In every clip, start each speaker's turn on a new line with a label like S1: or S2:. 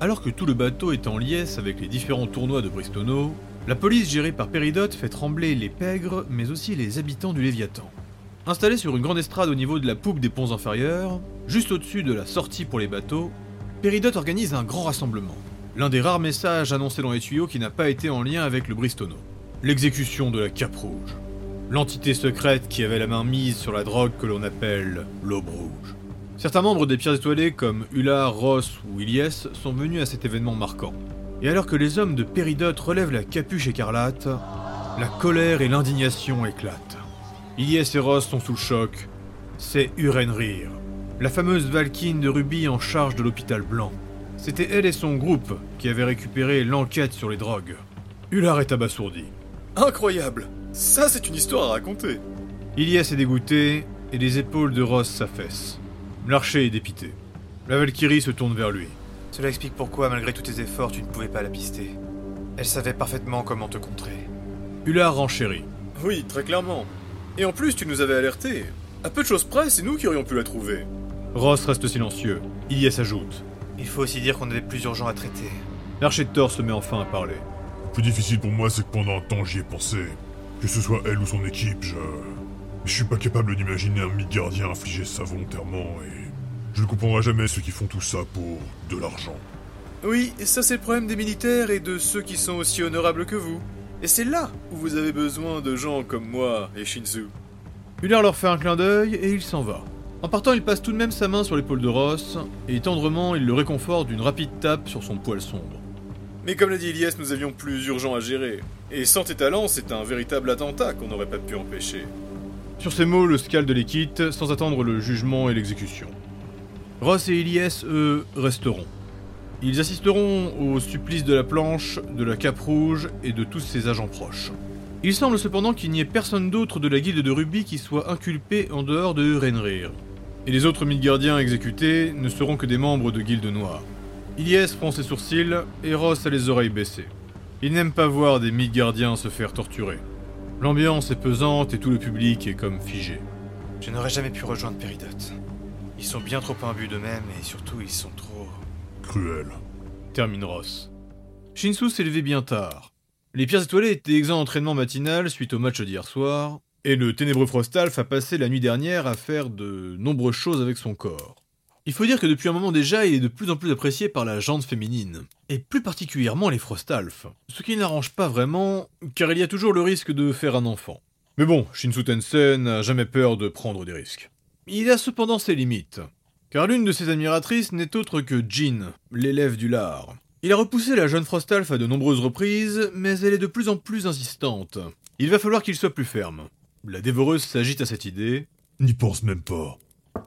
S1: Alors que tout le bateau est en liesse avec les différents tournois de Bristono, la police gérée par Péridote fait trembler les pègres mais aussi les habitants du Léviathan. Installée sur une grande estrade au niveau de la poupe des ponts inférieurs, juste au-dessus de la sortie pour les bateaux, Péridote organise un grand rassemblement. L'un des rares messages annoncés dans les tuyaux qui n'a pas été en lien avec le Bristono. L'exécution de la Cape Rouge. L'entité secrète qui avait la main mise sur la drogue que l'on appelle l'aube rouge. Certains membres des Pierres Étoilées, comme Ulla, Ross ou Iliès, sont venus à cet événement marquant. Et alors que les hommes de Péridote relèvent la capuche écarlate, la colère et l'indignation éclatent. Iliès et Ross sont sous le choc. C'est Urenrir, la fameuse Valkyne de Ruby en charge de l'hôpital blanc. C'était elle et son groupe qui avaient récupéré l'enquête sur les drogues. Ular est abasourdi.
S2: Incroyable Ça, c'est une histoire à raconter
S1: Ilias est dégoûté et les épaules de Ross s'affaissent. L'archer est dépité. La Valkyrie se tourne vers lui.
S3: Cela explique pourquoi, malgré tous tes efforts, tu ne pouvais pas la pister. Elle savait parfaitement comment te contrer.
S1: Ular renchérit.
S2: Oui, très clairement. Et en plus, tu nous avais alertés. À peu de choses près, c'est nous qui aurions pu la trouver.
S1: Ross reste silencieux. Ilias ajoute.
S3: Il faut aussi dire qu'on avait plus urgent à traiter.
S1: L'archer de Thor se met enfin à parler.
S4: plus difficile pour moi, c'est que pendant un temps, j'y ai pensé. Que ce soit elle ou son équipe, je. Je suis pas capable d'imaginer un mid-gardien infliger ça volontairement et. Je ne comprendrai jamais ceux qui font tout ça pour de l'argent.
S2: Oui, et ça c'est le problème des militaires et de ceux qui sont aussi honorables que vous. Et c'est là où vous avez besoin de gens comme moi et Shinzu.
S1: Ular leur fait un clin d'œil et il s'en va. En partant, il passe tout de même sa main sur l'épaule de Ross et tendrement, il le réconforte d'une rapide tape sur son poil sombre.
S2: Mais comme l'a dit Ilias, nous avions plus urgent à gérer. Et sans tes talents, c'est un véritable attentat qu'on n'aurait pas pu empêcher.
S1: Sur ces mots, le scalde les quitte sans attendre le jugement et l'exécution. Ross et Ilias, eux, resteront. Ils assisteront au supplice de la planche, de la cape rouge et de tous ses agents proches. Il semble cependant qu'il n'y ait personne d'autre de la guilde de Ruby qui soit inculpé en dehors de Urenrir. Et les autres gardiens exécutés ne seront que des membres de guilde noire. Ilias fronce ses sourcils et Ross a les oreilles baissées. Il n'aime pas voir des gardiens se faire torturer. L'ambiance est pesante et tout le public est comme figé.
S3: Je n'aurais jamais pu rejoindre Péridote. Ils sont bien trop imbus d'eux-mêmes et surtout, ils sont trop.
S4: Cruel.
S1: termine Ross. Shinsu s'est levé bien tard. Les pierres étoilées étaient exempts d'entraînement matinal suite au match d'hier soir, et le ténébreux Frostalf a passé la nuit dernière à faire de nombreuses choses avec son corps. Il faut dire que depuis un moment déjà, il est de plus en plus apprécié par la gente féminine, et plus particulièrement les Frostalf, ce qui n'arrange pas vraiment, car il y a toujours le risque de faire un enfant. Mais bon, Shinsu Tensei n'a jamais peur de prendre des risques. Il a cependant ses limites. Car l'une de ses admiratrices n'est autre que Jean, l'élève du lard. Il a repoussé la jeune Frostalf à de nombreuses reprises, mais elle est de plus en plus insistante. Il va falloir qu'il soit plus ferme. La dévoreuse s'agite à cette idée.
S4: N'y pense même pas.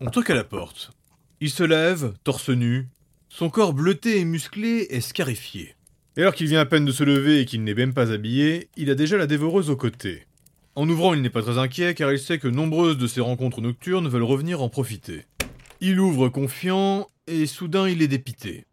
S1: On toque à la porte. Il se lève, torse nu. Son corps bleuté et musclé est scarifié. Et alors qu'il vient à peine de se lever et qu'il n'est même pas habillé, il a déjà la dévoreuse aux côtés. En ouvrant, il n'est pas très inquiet car il sait que nombreuses de ses rencontres nocturnes veulent revenir en profiter. Il ouvre confiant, et soudain il est dépité.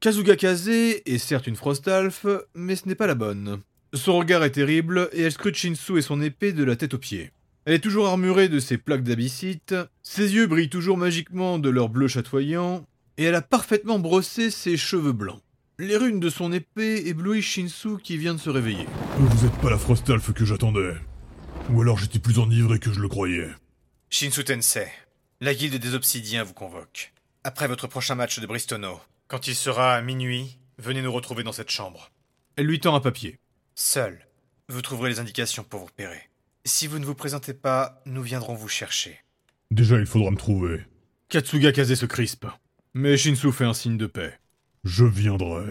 S1: Kazuga Kaze est certes une Frostalf, mais ce n'est pas la bonne. Son regard est terrible, et elle scrute Shinsu et son épée de la tête aux pieds. Elle est toujours armurée de ses plaques d'abyssite, ses yeux brillent toujours magiquement de leur bleu chatoyant, et elle a parfaitement brossé ses cheveux blancs. Les runes de son épée éblouissent Shinsu qui vient de se réveiller.
S4: Vous êtes pas la Frostalf que j'attendais. Ou alors j'étais plus enivré que je le croyais.
S3: Shinsu Tensei, la guilde des Obsidiens vous convoque. Après votre prochain match de Bristono, quand il sera à minuit, venez nous retrouver dans cette chambre.
S1: Elle lui tend un papier.
S3: Seul, vous trouverez les indications pour vous repérer. Si vous ne vous présentez pas, nous viendrons vous chercher.
S4: Déjà, il faudra me trouver.
S1: Katsuga Kaze se crispe. Mais Shinsu fait un signe de paix.
S4: Je viendrai.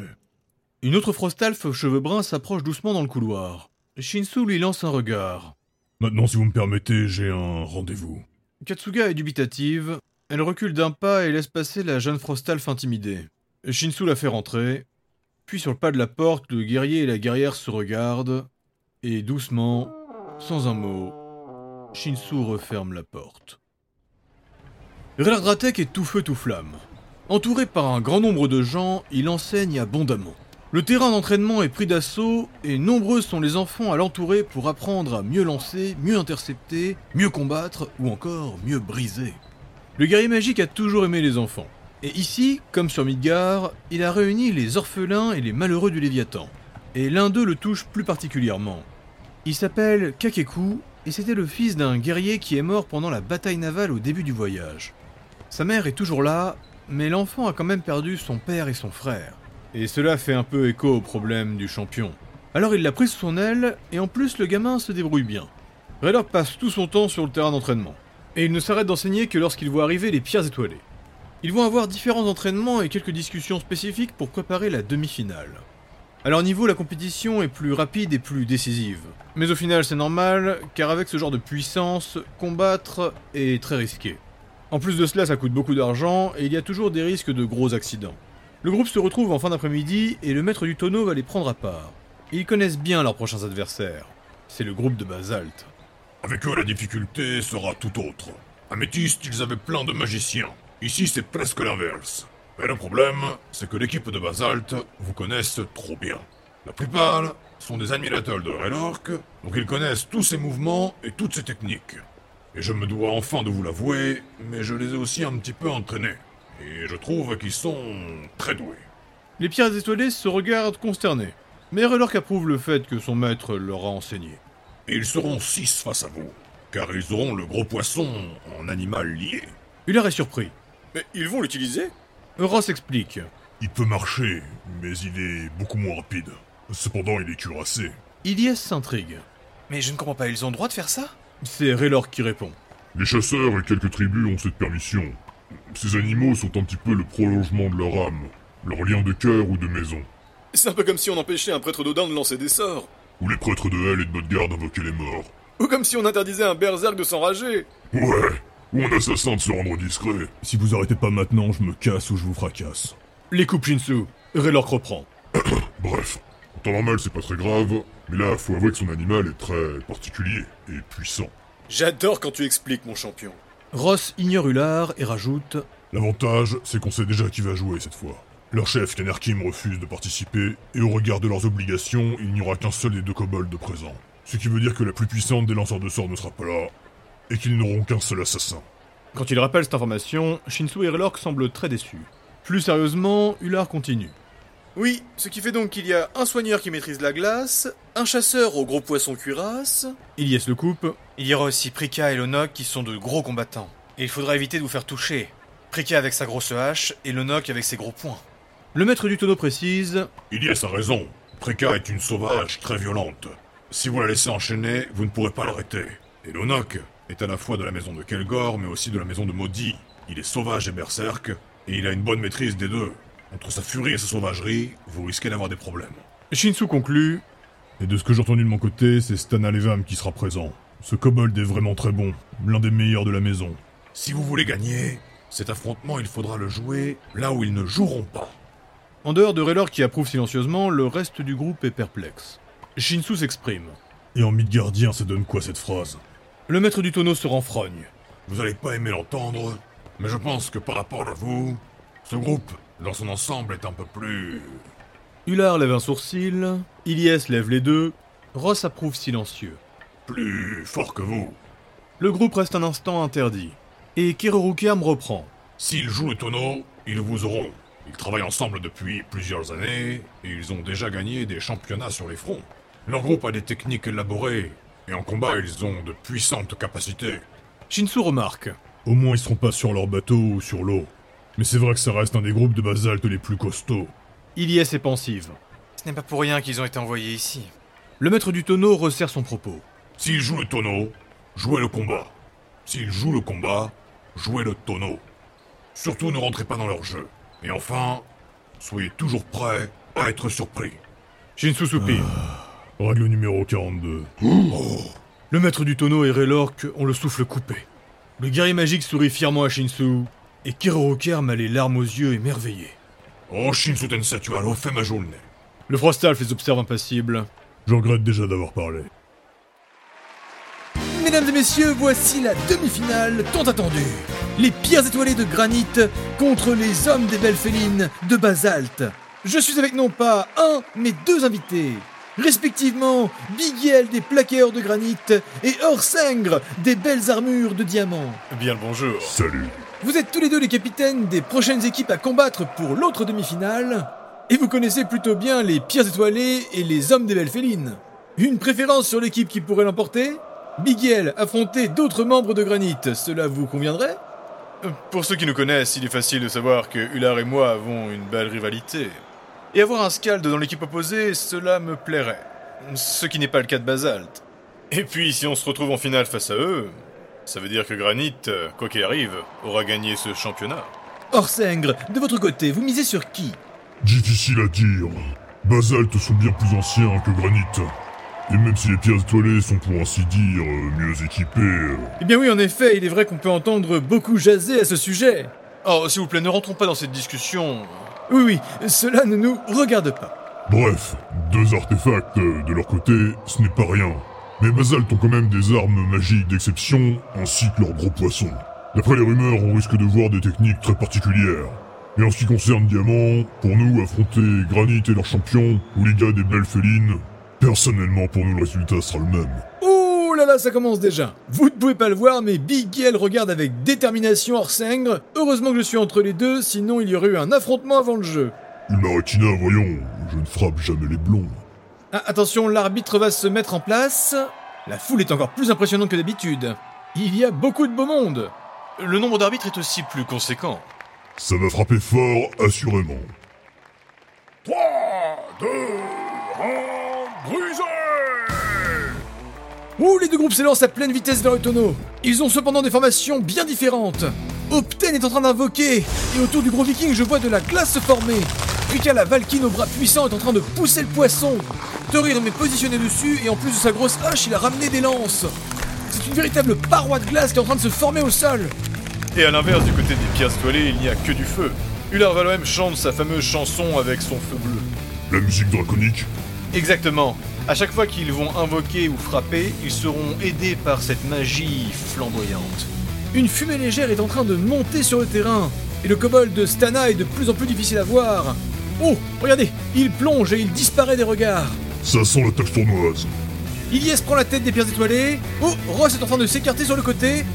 S1: Une autre Frostalf aux cheveux bruns s'approche doucement dans le couloir. Shinsu lui lance un regard.
S4: Maintenant, si vous me permettez, j'ai un rendez-vous.
S1: Katsuga est dubitative. Elle recule d'un pas et laisse passer la jeune Frostalf intimidée. Shinsu la fait rentrer. Puis sur le pas de la porte, le guerrier et la guerrière se regardent. Et doucement, sans un mot, Shinsu referme la porte. Relardratek est tout feu tout flamme. Entouré par un grand nombre de gens, il enseigne abondamment. Le terrain d'entraînement est pris d'assaut et nombreux sont les enfants à l'entourer pour apprendre à mieux lancer, mieux intercepter, mieux combattre ou encore mieux briser. Le guerrier magique a toujours aimé les enfants. Et ici, comme sur Midgard, il a réuni les orphelins et les malheureux du Léviathan. Et l'un d'eux le touche plus particulièrement. Il s'appelle Kakeku, et c'était le fils d'un guerrier qui est mort pendant la bataille navale au début du voyage. Sa mère est toujours là, mais l'enfant a quand même perdu son père et son frère. Et cela fait un peu écho au problème du champion. Alors il l'a pris sous son aile, et en plus le gamin se débrouille bien. Raylord passe tout son temps sur le terrain d'entraînement, et il ne s'arrête d'enseigner que lorsqu'il voit arriver les pierres étoilées. Ils vont avoir différents entraînements et quelques discussions spécifiques pour préparer la demi-finale. À leur niveau, la compétition est plus rapide et plus décisive. Mais au final, c'est normal, car avec ce genre de puissance, combattre est très risqué. En plus de cela, ça coûte beaucoup d'argent et il y a toujours des risques de gros accidents. Le groupe se retrouve en fin d'après-midi et le maître du tonneau va les prendre à part. Ils connaissent bien leurs prochains adversaires. C'est le groupe de Basalte.
S4: Avec eux, la difficulté sera tout autre. À Métis, ils avaient plein de magiciens. Ici, c'est presque l'inverse. Mais le problème, c'est que l'équipe de Basalt vous connaissent trop bien. La plupart sont des admirateurs de Relorque, donc ils connaissent tous ses mouvements et toutes ses techniques. Et je me dois enfin de vous l'avouer, mais je les ai aussi un petit peu entraînés. Et je trouve qu'ils sont très doués.
S1: Les pierres étoilées se regardent consternés, mais Relorque approuve le fait que son maître leur a enseigné.
S4: Et ils seront six face à vous, car ils auront le gros poisson en animal lié.
S1: Huller est surpris.
S2: Mais ils vont l'utiliser
S1: Euros explique.
S4: Il peut marcher, mais il est beaucoup moins rapide. Cependant, il est cuirassé.
S1: Ilias s'intrigue.
S3: Mais je ne comprends pas, ils ont le droit de faire ça
S1: C'est Raylord qui répond.
S4: Les chasseurs et quelques tribus ont cette permission. Ces animaux sont un petit peu le prolongement de leur âme, leur lien de cœur ou de maison.
S2: C'est un peu comme si on empêchait un prêtre d'Odin de lancer des sorts.
S4: Ou les prêtres de Hell et de Bodgard invoquaient les morts.
S2: Ou comme si on interdisait à un berserk de s'enrager.
S4: Ouais, ou un assassin de se rendre discret.
S5: Si vous arrêtez pas maintenant, je me casse ou je vous fracasse.
S1: Les coupe Shinsu. Raylord reprend.
S4: Bref, en temps normal, c'est pas très grave, mais là, faut avouer que son animal est très particulier et puissant.
S2: J'adore quand tu expliques, mon champion.
S1: Ross ignore Hullard et rajoute
S4: L'avantage, c'est qu'on sait déjà qui va jouer cette fois. Leur chef, Kanarkim, refuse de participer, et au regard de leurs obligations, il n'y aura qu'un seul des deux kobolds de présent. Ce qui veut dire que la plus puissante des lanceurs de sorts ne sera pas là, et qu'ils n'auront qu'un seul assassin.
S1: Quand il rappelle cette information, Shinsu et Raylord semblent très déçus. Plus sérieusement, Hullard continue.
S2: Oui, ce qui fait donc qu'il y a un soigneur qui maîtrise la glace, un chasseur au gros poisson cuirasse.
S1: Ilias le coupe.
S3: Il y aura aussi Prika et Lonok qui sont de gros combattants. Et il faudra éviter de vous faire toucher. Prika avec sa grosse hache et Lonok avec ses gros poings.
S1: Le maître du tonneau précise
S4: Ilias a raison. Preka est une sauvage très violente. Si vous la laissez enchaîner, vous ne pourrez pas l'arrêter. Et Lonok est à la fois de la maison de Kelgor, mais aussi de la maison de Maudit. Il est sauvage et berserk, et il a une bonne maîtrise des deux. Entre sa furie et sa sauvagerie, vous risquez d'avoir des problèmes.
S1: Shinsu conclut
S5: Et de ce que j'ai entendu de mon côté, c'est Stana Levam qui sera présent. Ce kobold est vraiment très bon, l'un des meilleurs de la maison.
S4: Si vous voulez gagner, cet affrontement, il faudra le jouer là où ils ne joueront pas.
S1: En dehors de Raylord qui approuve silencieusement, le reste du groupe est perplexe. Shinsu s'exprime.
S5: Et en Midgardien, ça donne quoi cette phrase
S1: Le maître du tonneau se renfrogne.
S4: Vous allez pas aimer l'entendre, mais je pense que par rapport à vous, ce groupe, dans son ensemble, est un peu plus...
S1: Hullard lève un sourcil. Ilias lève les deux. Ross approuve silencieux.
S4: plus fort que vous.
S1: Le groupe reste un instant interdit. Et Kerorukam reprend.
S4: S'ils jouent le tonneau, ils vous auront. Ils travaillent ensemble depuis plusieurs années et ils ont déjà gagné des championnats sur les fronts. Leur groupe a des techniques élaborées et en combat, ils ont de puissantes capacités.
S1: Shinsu remarque.
S5: Au moins, ils seront pas sur leur bateau ou sur l'eau. Mais c'est vrai que ça reste un des groupes de basalte les plus costauds.
S1: Ilias est pensive.
S3: Ce n'est pas pour rien qu'ils ont été envoyés ici.
S1: Le maître du tonneau resserre son propos.
S4: S'ils jouent le tonneau, jouez le combat. S'ils jouent le combat, jouez le tonneau. Surtout ne rentrez pas dans leur jeu. Et enfin, soyez toujours prêts à être surpris.
S1: Shinsu soupire.
S4: Ah.
S5: Règle numéro 42.
S1: Le maître du tonneau et Raylork ont le souffle coupé. Le guerrier magique sourit fièrement à Shinsu, et Kerorokerm a les larmes aux yeux émerveillé.
S4: Oh, Shinsu Tensei, tu as refait ma journée.
S1: Le Frostalf les observe impassibles.
S5: Je regrette déjà d'avoir parlé.
S6: Mesdames et messieurs, voici la demi-finale tant attendue. Les pierres étoilées de granit contre les hommes des belles félines de basalte. Je suis avec non pas un, mais deux invités. Respectivement, Biguel des plaqueurs de granit et Orsengre des belles armures de diamant.
S2: Bien le bonjour.
S4: Salut.
S1: Vous êtes tous les deux les capitaines des prochaines équipes à combattre pour l'autre demi-finale, et vous connaissez plutôt bien les pires étoilés et les hommes des belles félines. Une préférence sur l'équipe qui pourrait l'emporter Bigel affronter d'autres membres de Granit, cela vous conviendrait
S7: Euh, Pour ceux qui nous connaissent, il est facile de savoir que Hullard et moi avons une belle rivalité. Et avoir un Scald dans l'équipe opposée, cela me plairait. Ce qui n'est pas le cas de Basalt. Et puis, si on se retrouve en finale face à eux, ça veut dire que Granit, euh, quoi qu'il arrive, aura gagné ce championnat.
S1: Orsengre, de votre côté, vous misez sur qui
S4: Difficile à dire. Basalte sont bien plus anciens que Granit. Et même si les pierres étoilées sont pour ainsi dire euh, mieux équipées, euh,
S1: Eh bien oui, en effet, il est vrai qu'on peut entendre beaucoup jaser à ce sujet.
S7: Oh, s'il vous plaît, ne rentrons pas dans cette discussion.
S1: Oui, oui, cela ne nous regarde pas.
S4: Bref, deux artefacts euh, de leur côté, ce n'est pas rien. Mais Basalt ont quand même des armes magiques d'exception, ainsi que leurs gros poissons. D'après les rumeurs, on risque de voir des techniques très particulières. Et en ce qui concerne Diamant, pour nous, affronter Granit et leurs champions, ou les gars des belles félines, personnellement pour nous le résultat sera le même.
S1: Oh là là, ça commence déjà. Vous ne pouvez pas le voir, mais Bigel regarde avec détermination Orsengre. Heureusement que je suis entre les deux, sinon il y aurait eu un affrontement avant le jeu.
S4: Une maratina, voyons, je ne frappe jamais les blonds.
S1: Ah, attention, l'arbitre va se mettre en place. La foule est encore plus impressionnante que d'habitude. Il y a beaucoup de beau monde.
S7: Le nombre d'arbitres est aussi plus conséquent.
S4: Ça va frapper fort, assurément.
S8: 3, 2, 1, brisé
S1: Ouh, les deux groupes s'élancent à pleine vitesse vers le tonneau. Ils ont cependant des formations bien différentes. Opten est en train d'invoquer, et autour du gros viking, je vois de la glace se former. Rika, la Valkyne au bras puissant, est en train de pousser le poisson. Thorir m'est positionné dessus, et en plus de sa grosse hache, il a ramené des lances. C'est une véritable paroi de glace qui est en train de se former au sol.
S7: Et à l'inverse, du côté des pierres étoilées, il n'y a que du feu. Hullard Valoem chante sa fameuse chanson avec son feu bleu.
S4: La musique draconique,
S7: Exactement. À chaque fois qu'ils vont invoquer ou frapper, ils seront aidés par cette magie flamboyante.
S1: Une fumée légère est en train de monter sur le terrain, et le kobold de Stana est de plus en plus difficile à voir. Oh, regardez, il plonge et il disparaît des regards.
S4: ça sent la taxe tournoise.
S1: Ilyes prend la tête des pierres étoilées. Oh, Ross est en train de s'écarter sur le côté.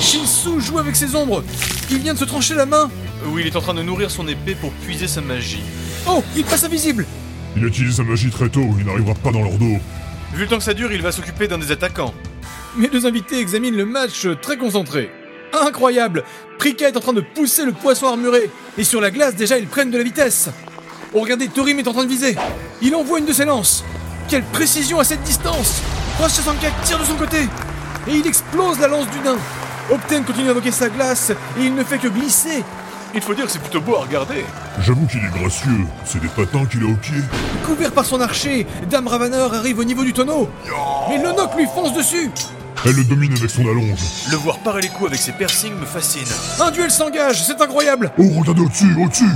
S1: Shinsu joue avec ses ombres. Il vient de se trancher la main.
S7: Oui, il est en train de nourrir son épée pour puiser sa magie.
S1: Oh, il passe invisible.
S4: Il a utilisé sa magie très tôt, il n'arrivera pas dans leur dos.
S7: Vu le temps que ça dure, il va s'occuper d'un des attaquants.
S1: Mes deux invités examinent le match très concentrés. Incroyable Prika est en train de pousser le poisson armuré. Et sur la glace, déjà, ils prennent de la vitesse. Oh, regardez, Torim est en train de viser. Il envoie une de ses lances. Quelle précision à cette distance Ross 64 tire de son côté. Et il explose la lance du nain. Opten continue d'invoquer sa glace et il ne fait que glisser.
S7: Il faut dire que c'est plutôt beau à regarder.
S4: J'avoue qu'il est gracieux, c'est des patins qu'il a au pied.
S1: Couvert par son archer, Dame Ravaneur arrive au niveau du tonneau. Mais le noc lui fonce dessus.
S4: Elle le domine avec son allonge.
S7: Le voir parer les coups avec ses piercings me fascine.
S1: Un duel s'engage, c'est incroyable.
S4: Oh, regardez au-dessus, au-dessus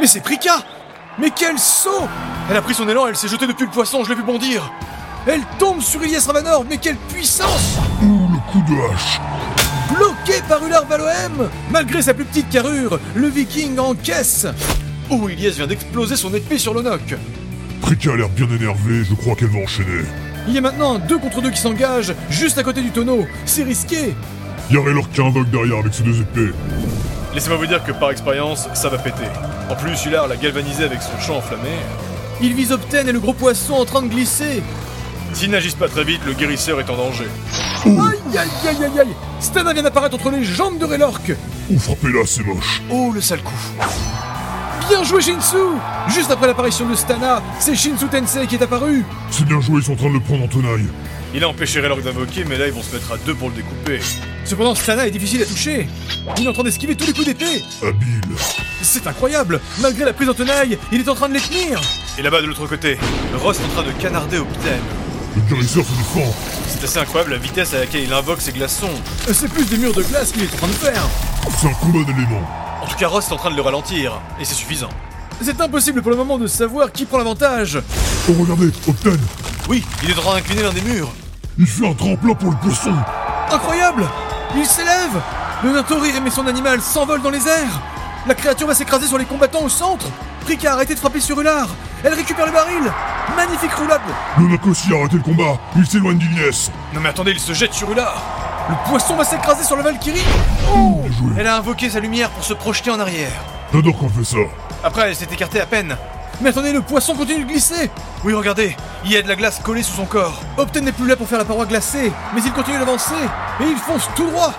S1: Mais c'est Prika Mais quel saut
S7: Elle a pris son élan, elle s'est jetée depuis le poisson, je l'ai vu bondir.
S1: Elle tombe sur Ilyes Ravanor, mais quelle puissance
S4: Ouh, le coup de hache
S1: Bloqué par Ular Valoem Malgré sa plus petite carrure, le viking encaisse
S7: Oh, Ilyes vient d'exploser son épée sur le noc.
S4: Prika a l'air bien énervée, je crois qu'elle va enchaîner.
S1: Il y a maintenant un 2 contre 2 qui s'engage, juste à côté du tonneau. C'est risqué
S4: Yara leur qui invoque derrière avec ses deux épées.
S7: Laissez-moi vous dire que par expérience, ça va péter. En plus, Hullard l'a galvanisé avec son champ enflammé.
S1: Il vise Opten et le gros poisson en train de glisser.
S7: S'ils n'agissent pas très vite, le guérisseur est en danger.
S1: Aïe aïe aïe aïe aïe Stana vient d'apparaître entre les jambes de Relorque
S4: Ouh, frappez-la, c'est moche.
S7: Oh, le sale coup.
S1: Bien joué Shinsu Juste après l'apparition de Stana, c'est Shinsu Tensei qui est apparu
S4: C'est bien joué, ils sont en train de le prendre en tenaille.
S7: Il a empêché Relorque d'invoquer, mais là, ils vont se mettre à deux pour le découper.
S1: Cependant Stana est difficile à toucher Il est en train d'esquiver tous les coups d'épée
S4: Habile.
S1: C'est incroyable Malgré la prise en tenaille, il est en train de les tenir
S7: Et là-bas, de l'autre côté, Ross est en train de canarder Opten.
S4: Le guérisseur se défend.
S7: C'est assez incroyable la vitesse à laquelle il invoque ses glaçons.
S1: C'est plus des murs de glace qu'il est en train de faire
S4: C'est un combat d'éléments.
S7: En tout cas, Ross est en train de le ralentir, et c'est suffisant.
S1: C'est impossible pour le moment de savoir qui prend l'avantage
S4: Oh, regardez, Opten,
S7: Oui, il est en train d'incliner l'un des murs.
S4: il fait un tremplin pour le poisson.
S1: Incroyable Il s'élève Le Natori et son animal s'envolent dans les airs La créature va s'écraser sur les combattants au centre Prika a arrêté de frapper sur Ular Elle récupère le baril Magnifique roulade
S4: Le Nac aussi a arrêté le combat, il s'éloigne d'Ignès.
S7: Non mais attendez, il se jette sur Ular
S1: Le poisson va s'écraser sur la Valkyrie
S4: Bien joué.
S9: Elle a invoqué sa lumière pour se projeter en arrière.
S4: J'adore qu'on fait ça.
S9: Après, elle s'est écartée à peine.
S1: Mais attendez, le poisson continue de glisser
S9: Oui, regardez, il y a de la glace collée sous son corps.
S1: Opten n'est plus là pour faire la paroi glacée, mais il continue d'avancer, et il fonce tout droit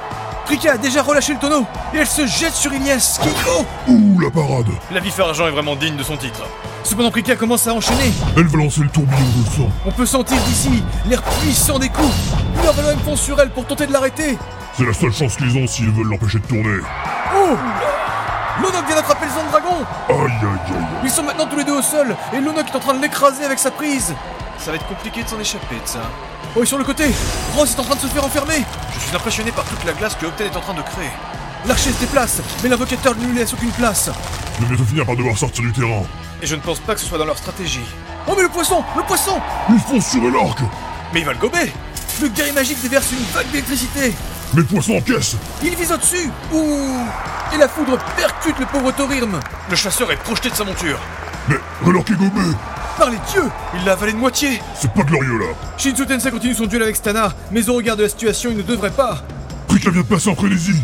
S1: Trika a déjà relâché le tonneau, et elle se jette sur Ilyes, qui... Oh
S4: Ouh, la parade
S2: La vif argent est vraiment digne de son titre.
S1: Cependant, Trika commence à enchaîner
S4: Elle va lancer le tourbillon, je le sens.
S1: On peut sentir d'ici l'air puissant des coups L'Orvalom fonce sur elle pour tenter de l'arrêter
S4: C'est la seule chance qu'ils ont s'ils veulent l'empêcher de tourner.
S1: Oh Lonok vient d'attraper le sang de dragon
S4: Aïe aïe aïe.
S1: Ils sont maintenant tous les deux au sol, et Lonok est en train de l'écraser avec sa prise
S2: Ça va être compliqué de s'en échapper de ça.
S1: Oh, et sur le côté, Ross est en train de se faire enfermer
S2: Je suis impressionné par toute la glace que Opten est en train de créer.
S1: L'archer se déplace, mais l'invocateur ne lui laisse aucune place
S4: Je vais bientôt finir par devoir sortir du terrain.
S2: Et je ne pense pas que ce soit dans leur stratégie.
S1: Oh mais le poisson Le poisson
S4: Ils foncent sur l'orque
S2: Mais il va le gober
S1: Le guerrier magique déverse une vague d'électricité
S4: Mais le poisson encaisse
S1: Il vise au-dessus Ouh Et la foudre percute le pauvre Thorim
S2: Le chasseur est projeté de sa monture.
S4: Mais l'orque est gobé
S1: Par les dieux
S2: Il l'a avalé de moitié
S4: C'est pas glorieux là
S1: Shinsu Tensei continue son duel avec Stana, mais au regard de la situation, il ne devrait pas
S4: Trika vient de passer en frénésie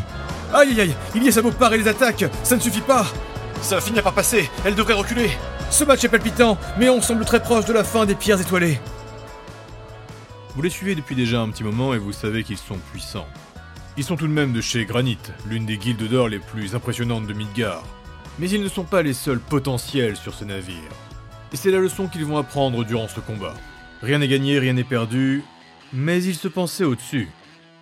S1: Aïe aïe aïe Il y a sa part et les attaques Ça ne suffit pas
S2: Ça va finir par passer, elle devrait reculer.
S1: Ce match est palpitant, mais on semble très proche de la fin des pierres étoilées.
S10: Vous les suivez depuis déjà un petit moment et vous savez qu'ils sont puissants. Ils sont tout de même de chez Granit, l'une des guildes d'or les plus impressionnantes de Midgard. Mais ils ne sont pas les seuls potentiels sur ce navire. Et c'est la leçon qu'ils vont apprendre durant ce combat. Rien n'est gagné, rien n'est perdu, mais ils se pensaient au-dessus.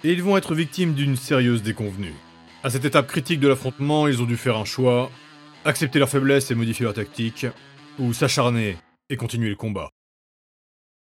S10: Et ils vont être victimes d'une sérieuse déconvenue. À cette étape critique de l'affrontement, ils ont dû faire un choix, accepter leur faiblesse et modifier leur tactique, ou s'acharner et continuer le combat.